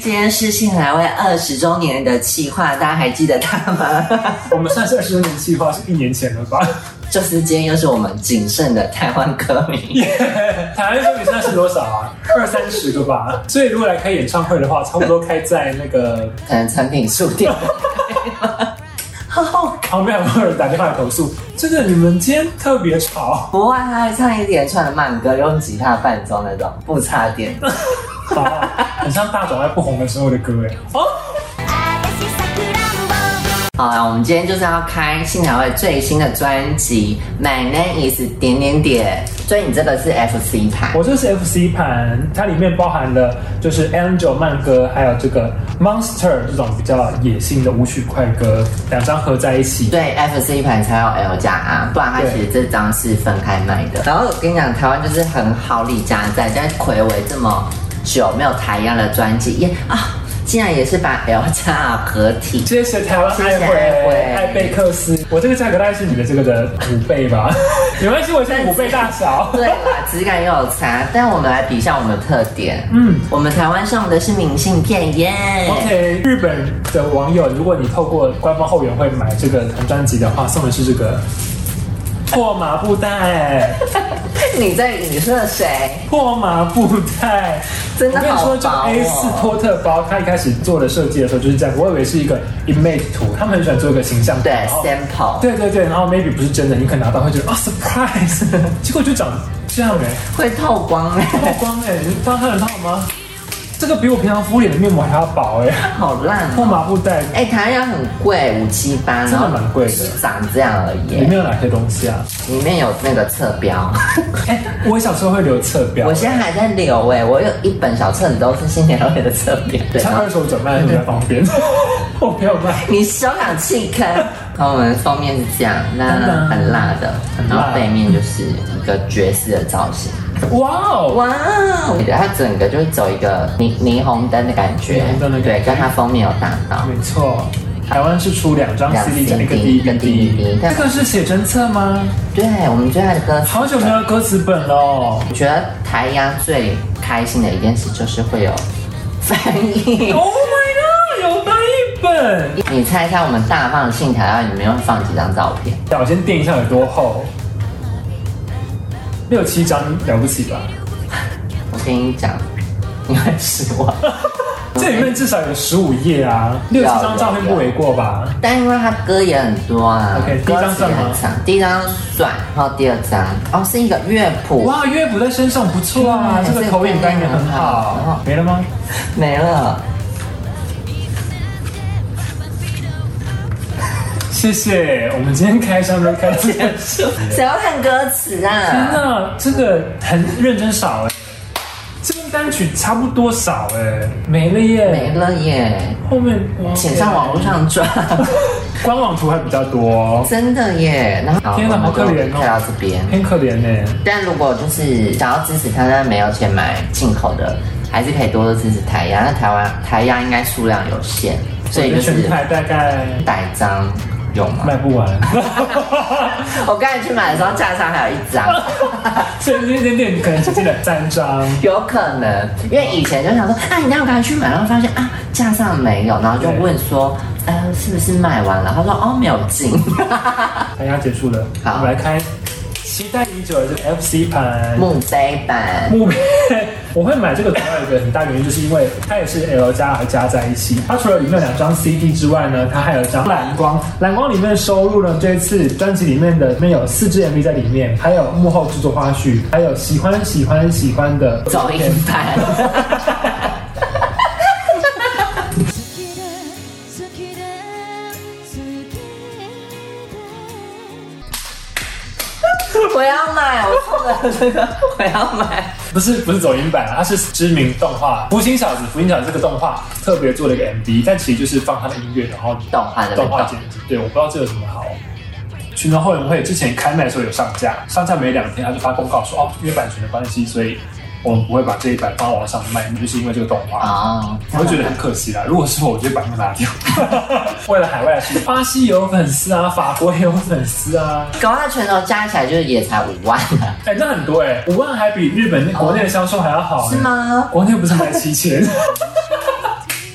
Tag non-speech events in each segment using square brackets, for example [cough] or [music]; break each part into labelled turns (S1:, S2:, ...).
S1: 今天是信来为二十周年的企划，大家还记得他吗？ [laughs]
S2: 我们算是二十周年计划，是一年前了吧？ [laughs]
S1: 就是今天又是我们仅剩的台湾歌迷。
S2: 台湾歌迷现在是多少啊？二三十个吧。所以如果来开演唱会的话，差不多开在那个
S1: 可能产品书店。
S2: 旁边有人打电话来投诉，真的你们今天特别吵。
S1: 不会，他会唱一连串的慢歌，用吉他伴奏那种，不插电。
S2: 好啊，很像大脚在不红的时候的歌哎。哦，
S1: 好啦，我们今天就是要开信台会最新的专辑《My Name Is 点点点》，所以你这个是 FC 牌。
S2: 我这是 FC 盘，它里面包含了就是 Angel 慢歌，还有这个 Monster 这种比较野性的舞曲快歌，两张合在一起。
S1: 对，FC 盘才有 L 加 R，不然它
S2: 对
S1: 其实这张是分开卖的。然后我跟你讲，台湾就是很好李家在，在暌违这么久没有台样的专辑，耶啊，竟然也是把 L 加 R 合体。
S2: 谢谢台湾爱
S1: 谢谢爱
S2: 回
S1: 回
S2: 爱贝克斯，我这个价格大概是你的这个的五倍吧， [laughs] 没关系，我现在五倍大小。
S1: [laughs] 对啦，质感也有差，但我们来比一下我们的特点。
S2: 嗯
S1: 我们台湾送的是明信片耶。
S2: OK，日本的网友，如果你透过官方后援会买这个同专辑的话，送的是这个破麻
S1: [laughs]
S2: 布袋，
S1: 你在影射谁？
S2: 破麻布袋，
S1: 真的
S2: 我跟你
S1: 好
S2: 说，这个
S1: 薄哦
S2: A 四托特包，它一开始做的设计的时候就是这样，我以为是一个 image 图，他们很喜欢做一个形象图，
S1: 对
S2: 然后
S1: ，sample。
S2: 对对对，然后 maybe 不是真的，你可能拿到会觉得啊、surprise，结 [laughs] 果就长这样哎、
S1: 会透光
S2: [laughs]
S1: 哎、
S2: 曝光哎、你当看得到吗？这个比我平常敷脸的面膜还要薄哎、 [laughs]
S1: 好烂哦、
S2: 破麻布袋
S1: 哎、台湾要很贵，五七八，
S2: 真的蛮贵的
S1: 然后长这样而已
S2: 里
S1: 耶。
S2: 面有哪些东西 [laughs] 啊？
S1: 里面有那个侧标，
S2: 哎、我小时候会留侧标，
S1: 我现在还在留哎、我有一本小册子都是新年老的侧
S2: [laughs]
S1: 标。对，
S2: 像二手转卖比较方便， [laughs] 我没有卖。
S1: 你休想弃坑。然后哦我们封面是这样，那
S2: [laughs] 嗯
S1: 很辣的，然后背面就是一个爵士的造型。
S2: 哇哦，
S1: 哇哦！它整个就是走一个霓霓虹灯的感觉，
S2: 霓虹灯的感觉
S1: 对，跟它封面有搭到。
S2: 没错，台湾是出两张
S1: 两
S2: CD 的
S1: CD
S2: 那个 DVD，
S1: 跟 DVD
S2: 这个是写真册吗？
S1: 对，我们最爱的歌词。
S2: 好久没有歌词本了哦。
S1: 我觉得台压最开心的一件事就是会有翻译。 [laughs]
S2: Oh my god，有翻译本。
S1: 你猜一下，我们大放信台，然后里面会放几张照片？
S2: 让我先垫一下有多厚，六七张了不起吧？
S1: 我跟你讲，你会失
S2: [laughs]
S1: 望。
S2: 这里面至少有十五页啊，六七张照片不为过吧？
S1: 但因为它歌也很多啊
S2: OK，第一
S1: 歌
S2: 张
S1: 词
S2: 算
S1: 也
S2: 吗
S1: 很长。第一张算，然后第二张哦是一个乐谱，
S2: 哇，乐谱在身上不错啊，
S1: 嗯
S2: 这个投影单元很
S1: 这个很好
S2: 好。没了吗？
S1: 没了。
S2: 谢谢，我们今天开箱都开到这样。
S1: 谁要看歌词
S2: 天
S1: 啊？
S2: 哪，这个很认真少哎、这跟单曲差不多少哎、没了耶。
S1: 没了耶，
S2: 后面
S1: 请上网络，上
S2: [laughs]
S1: 抓。
S2: 官网图还比较多、哦，
S1: 真的耶，然后
S2: 天哪好可怜哦
S1: 我们就开到这边。
S2: 很可怜呢、欸
S1: 但如果就是想要支持他，但没有钱买进口的，还是可以多多支持台压。那台湾台压应该数量有限，所以就
S2: 我的
S1: 是
S2: 全台大概
S1: 百张有吗？
S2: 卖不
S1: [laughs]
S2: 完。[laughs]
S1: 我刚才去买的时候，架上还有一
S2: [laughs]
S1: 张，
S2: 所以那点点可能只进了三张。
S1: 有可能，因为以前就想说，啊，你让我赶快去买，然后发现啊，架上没有，然后就问说，呃，是不是卖完了？他说哦，没有进。 [laughs]
S2: 大家结束了，
S1: 好
S2: 我们来开期待已久的这个 FC 盘。
S1: 墓碑版，
S2: 目标， [laughs] 我会买这个主要有一个很大原因，就是因为它也是 L 加 R 加在一起。它除了里面有两张 CD 之外呢，它还有一张蓝光。蓝光里面收录了这次专辑里面的，里面有四支 MV 在里面，还有幕后制作花絮，还有喜欢喜欢喜欢的
S1: 走音版。 [laughs]
S3: 好きだ好きだ好きだ
S1: 我要买，我冲着这个，我要买。
S2: 不是不是走音版啊，它是知名动画《福星小子》。福星小子这个动画特别做了一个 MV，但其实就是放它的音乐，然后
S1: 动画的那个
S2: 动画剪辑。对，我不知道这有什么好。群众后援会之前开卖的时候有上架，上架没两天他就发公告说哦，因为版权的关系，所以我们不会把这一版放网上卖，就是因为这个动画。
S1: 哦，
S2: 我会觉得很可惜啦。如果是我，我就会把它拿掉。 [laughs] 为了海外的市场，巴西也有粉丝啊，法国也有粉丝啊，
S1: 搞它拳头加起来就是也才五万
S2: [laughs]
S1: 啊，
S2: 哎、那很多哎、五
S1: 哦
S2: 万还比日本那国内的销售还要好、欸
S1: 是吗？
S2: 国内不是卖七千？ [laughs]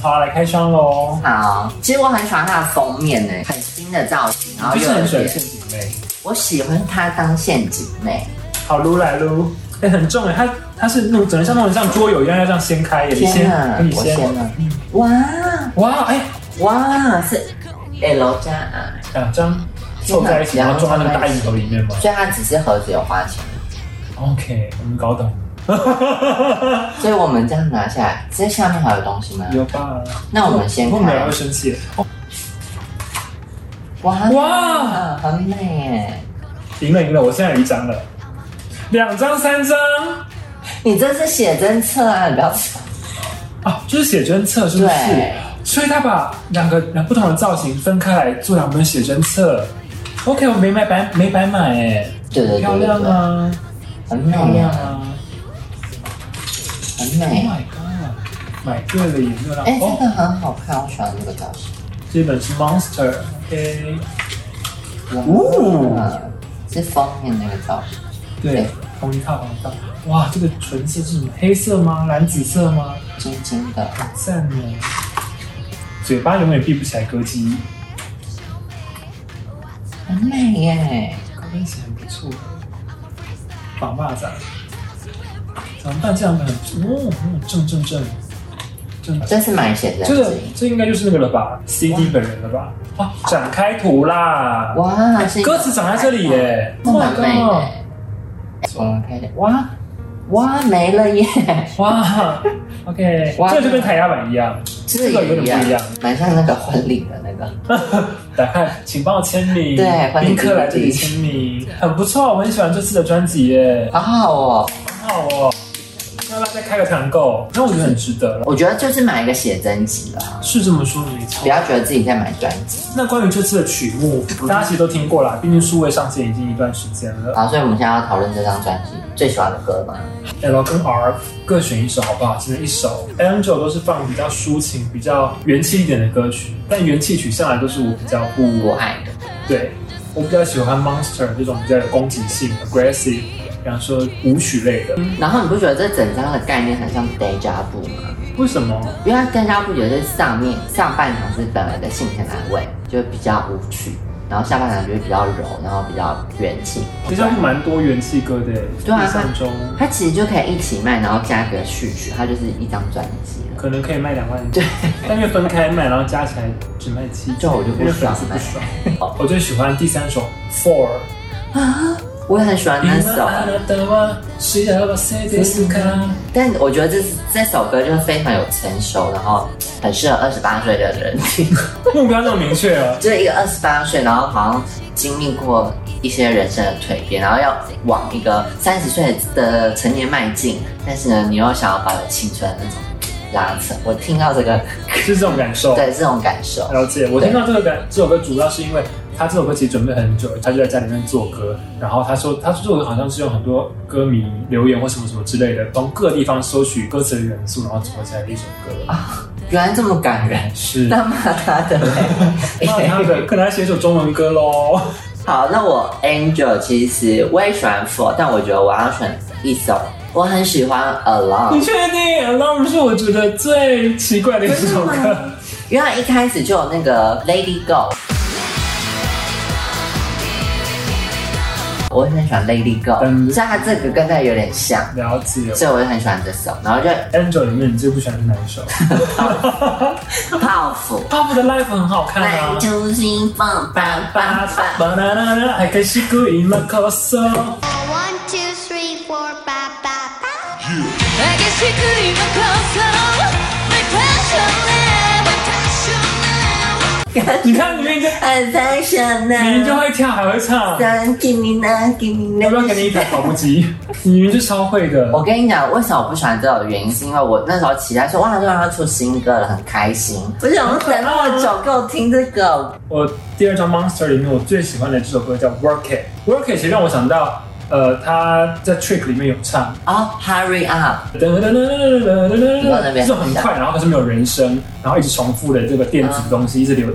S2: 好，来开箱喽。
S1: 好，其实我很喜欢它的封面呢，很新的造型，然后
S2: 就是
S1: 又
S2: 很
S1: 有
S2: 喜欢
S1: 点
S2: 陷阱妹。
S1: 我喜欢它当陷阱妹，
S2: 好撸来撸，哎、很重哎，它它是那种只能像那种像桌游一样要这样掀开耶，你
S1: 天
S2: 先
S1: 哪，
S2: 你
S1: 我
S2: 先，嗯
S1: 天哪，哇
S2: 哇，哎、
S1: 哇是 L 加啊 R，
S2: 两张凑在一起，
S1: 天啊哪
S2: 然后装在那个大硬盒里面嘛。
S1: 所以它只是盒子有花钱，
S2: OK，我们搞懂，
S1: 所以我们这样拿下来，这下面还有东西吗？
S2: 有吧？
S1: 那我们先
S2: 我们俩
S1: 看
S2: 会，生气。
S1: 哇
S2: 哇
S1: 哇，很美耶！
S2: 赢了赢了，我现在有一张了，两张三张
S1: 你这是写真册啊，你不要吵。
S2: 啊，就是写真册是不是
S1: 对？
S2: 所以他把两个两不同的造型分开来做两本写真册。OK，我没买白没白买哎，
S1: 对对
S2: 漂
S1: 对对
S2: 亮
S1: 对，
S2: 啊，
S1: 很美
S2: 漂亮
S1: 啊，
S2: 啊
S1: 很
S2: ！Oh
S1: 美。
S2: my god，买对了也没有让
S1: 哎，这
S2: 哦
S1: 个。很好看，我喜欢这个造型。
S2: 这本是 Monster，OK，、哦
S1: 哇，是封面那个造型，
S2: 对，红一套红一套。哇，这个唇色是什么？黑色吗？蓝紫色吗？
S1: 晶晶的。
S2: 好赞哦！嘴巴永远闭不起来，歌姬，
S1: 很美耶！
S2: 高跟鞋很不错。绑蚂蚱，怎么办？这样很哦，嗯，正正正正。
S1: 这是买写真
S2: 这个
S1: 集，
S2: 这应该就是那个了吧？CD 本人了吧？哇，展开图啦！
S1: 哇，是一个
S2: 歌词长在这里耶
S1: 这
S2: Oh my
S1: 很美
S2: god
S1: 耶！我们看一下，哇哇没了耶，
S2: 哇，OK，
S1: 哇
S2: 这个就跟台压版一样，
S1: 这
S2: 个有点
S1: 一
S2: 不一样
S1: 样，蛮像那个婚礼的那个。
S2: 打开，请帮我签名。
S1: 对欢迎
S2: 宾客来这里签名，很不错，我很喜欢这次的专辑耶，
S1: 好好哦，
S2: 很好哦。那要不要再开个团购？那我觉得很值得了，
S1: 我觉得就是买一个写真集啦，
S2: 是这么说没错
S1: 不。要嗯觉得自己在买专辑。
S2: 那关于这次的曲目，大家其实都听过啦，毕竟数位上线已经一段时间了。
S1: 好，所以我们现在要讨论这张专辑最喜欢的歌嘛？
S2: L 跟 R 各选一首好不好？只能一首。Angel 都是放比较抒情、比较元气一点的歌曲，但元气曲向来都是我比较不
S1: 嗯我爱的，
S2: 对，我比较喜欢 Monster 这种比较有攻击性、aggressive，比方说舞曲类的。
S1: 然后你不觉得这整张的概念很像 Deja Vu 吗？
S2: 为什么？
S1: 因为大家不觉得上面上半场是本来的性感男味，就比较无趣，然后下半场就会比较柔，然后比较元气。
S2: 其实蛮多元气歌的耶，
S1: 对啊
S2: 印象中
S1: 它其实就可以一起卖，然后加个序曲，它就是一张专辑了。
S2: 可能可以卖两万张，但因为分开卖，然后加起来只卖七张，
S1: 这我就不
S2: 因为粉
S1: 爽
S2: 丝不
S1: 了
S2: 爽。我最喜欢第三首 Four。
S1: 我也很喜欢那首，啊
S2: 哎
S1: [laughs] 但我觉得这是这首歌就是非常有成熟，然后很适合二十八岁的人听。
S2: 目标这么明确啊！
S1: 就是一个二十八岁，然后好像经历过一些人生的蜕变，然后要往一个三十岁的成年迈进，但是呢，你又想要保有青春的那种拉扯。我听到这个，
S2: 是这种感受。
S1: 对这种感受，
S2: 了解，我听到这个感这首歌主要是因为他这首歌其实准备很久，他就在家里面做歌，然后他说他这首歌好像是用很多歌迷留言或什么什么之类的，从各地方收取歌词的元素，然后组合起来的一首歌。
S1: 原来这么感
S2: [laughs]
S1: 人。
S2: 是，
S1: 那骂他的
S2: 那他
S1: 嘞？
S2: [laughs] 的可能要写一首中文歌喽。
S1: 好，那我 Angel 其实我也喜欢 Four，但我觉得我要选一首，我很喜欢 Alone
S2: 你。确定？Alarm 是我觉得最奇怪的一首
S1: 真的
S2: 歌
S1: 吗。因为一开始就有那个 Lady Go。我很喜欢 Lady Go，
S2: 嗯
S1: 所以它这个跟它有点像，
S2: [laughs] 了解。
S1: 所以我就很喜欢这首。然后就
S2: Angel 里面你最不喜欢是哪一 [laughs] 首
S1: 泡芙，
S2: ？Pop 的 Life 很好看啊
S1: 来。就心放叭叭叭，
S2: Banana, I can see you in my castle.
S4: One, two, three, four, ba, ba, ba.
S3: 애기시크림 커서 My passion now, my passion now
S2: 你看你明明就
S1: 很啊在想呢，
S2: 明明就会跳，还会唱，
S1: 想给你拿，给你拿
S2: 要不要给你一台跑步
S1: [laughs]
S2: 机？你明明就超会的。
S1: 我跟你讲，为什么我不喜欢这首原因，是因为我那时候期待说，哇，又要出新歌了，很开心。不是，我等那么久，给我听这个，
S2: 我第二张 Monster 里面，我最喜欢的这首歌叫 Work It。Work It 其实让我想到，呃，他在 Trick 里面有唱，
S1: 哦、oh,，Hurry Up。
S2: 噔噔噔噔噔噔噔
S1: 到那
S2: 噔，
S1: 边
S2: 这种很快，然后可是没有人声，然后一直重复的这个电子东西一直流。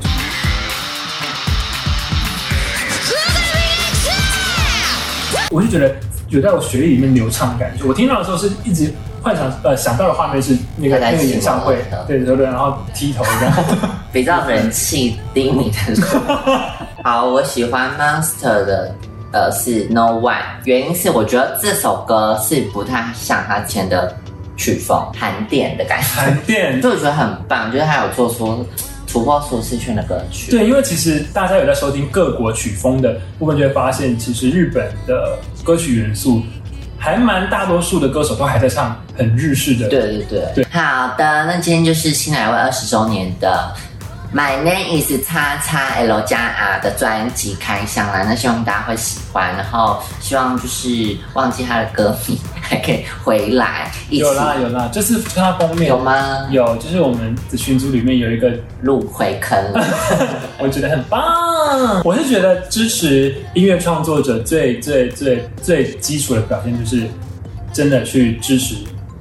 S2: 我就觉得有在我血液里面流畅的感觉。我听到的时候是一直幻想呃想到的画面是那个
S1: 大家一
S2: 那个
S1: 起
S2: 演唱会
S1: 玩的，
S2: 对对对，然后剃头这样。
S1: 比较人气低迷的时候。好，我喜欢 Monster 的呃是 No One，原因是我觉得这首歌是不太像他之前的曲风，含电的感
S2: 闪
S1: 觉， [laughs]
S2: 电 [laughs]
S1: 就我觉得很棒，就是他有做出突破舒适圈的歌曲。
S2: 对，因为其实大家有在收听各国曲风的部分，就会发现其实日本的歌曲元素还蛮大多数的歌手都还在唱很日式的。，
S1: 对对对
S2: 对
S1: 好的，那今天就是新来位二十周年的。My name is 叉叉 L 加 R 的专辑开箱啦，那希望大家会喜欢，然后希望就是忘记他的歌迷还可以回来一起
S2: 有啦有啦，这次看它封面
S1: 有？吗？
S2: 有，就是我们的群组里面有一个
S1: 入回坑 [laughs] 了，
S2: 我觉得很棒。我是觉得支持音乐创作者最最最最基础的表现就是真的去支持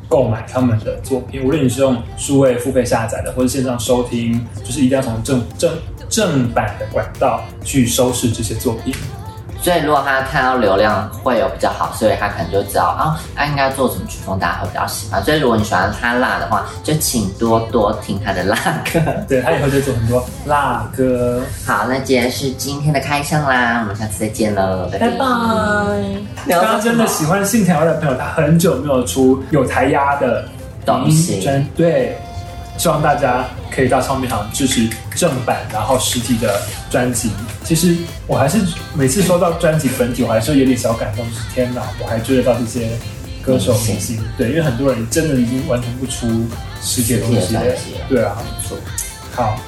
S2: 购买他们的作品，无论你是用数位付费下载的，或者线上收听，就是一定要从正正正版的管道去收视这些作品。
S1: 所以如果他看到流量会有比较好，所以他可能就知道哦，他应该做什么曲风大家会比较喜欢。所以如果你喜欢他辣的话，就请多多听他的辣歌。
S2: 对他以后就做很多辣歌。
S1: 好，那既然是今天的开箱啦，我们下次再见喽，拜拜。聊到
S2: 刚刚
S1: 什
S2: 真
S1: 么
S2: 的喜欢信条的朋友，他很久没有出有台压的
S1: 东西
S2: 名专嗯对，希望大家可以到唱片行支持正版，然后实体的专辑。其实我还是每次收到专辑嗯本体，我还是有点小感动，就是天哪，我还追得到这些歌手明
S1: 明
S2: 星。对，因为很多人真的已经完全不出实体的东
S1: 实体
S2: 西
S1: 的
S2: 了
S1: 专辑了。
S2: 对啊，
S1: 没错
S2: 好，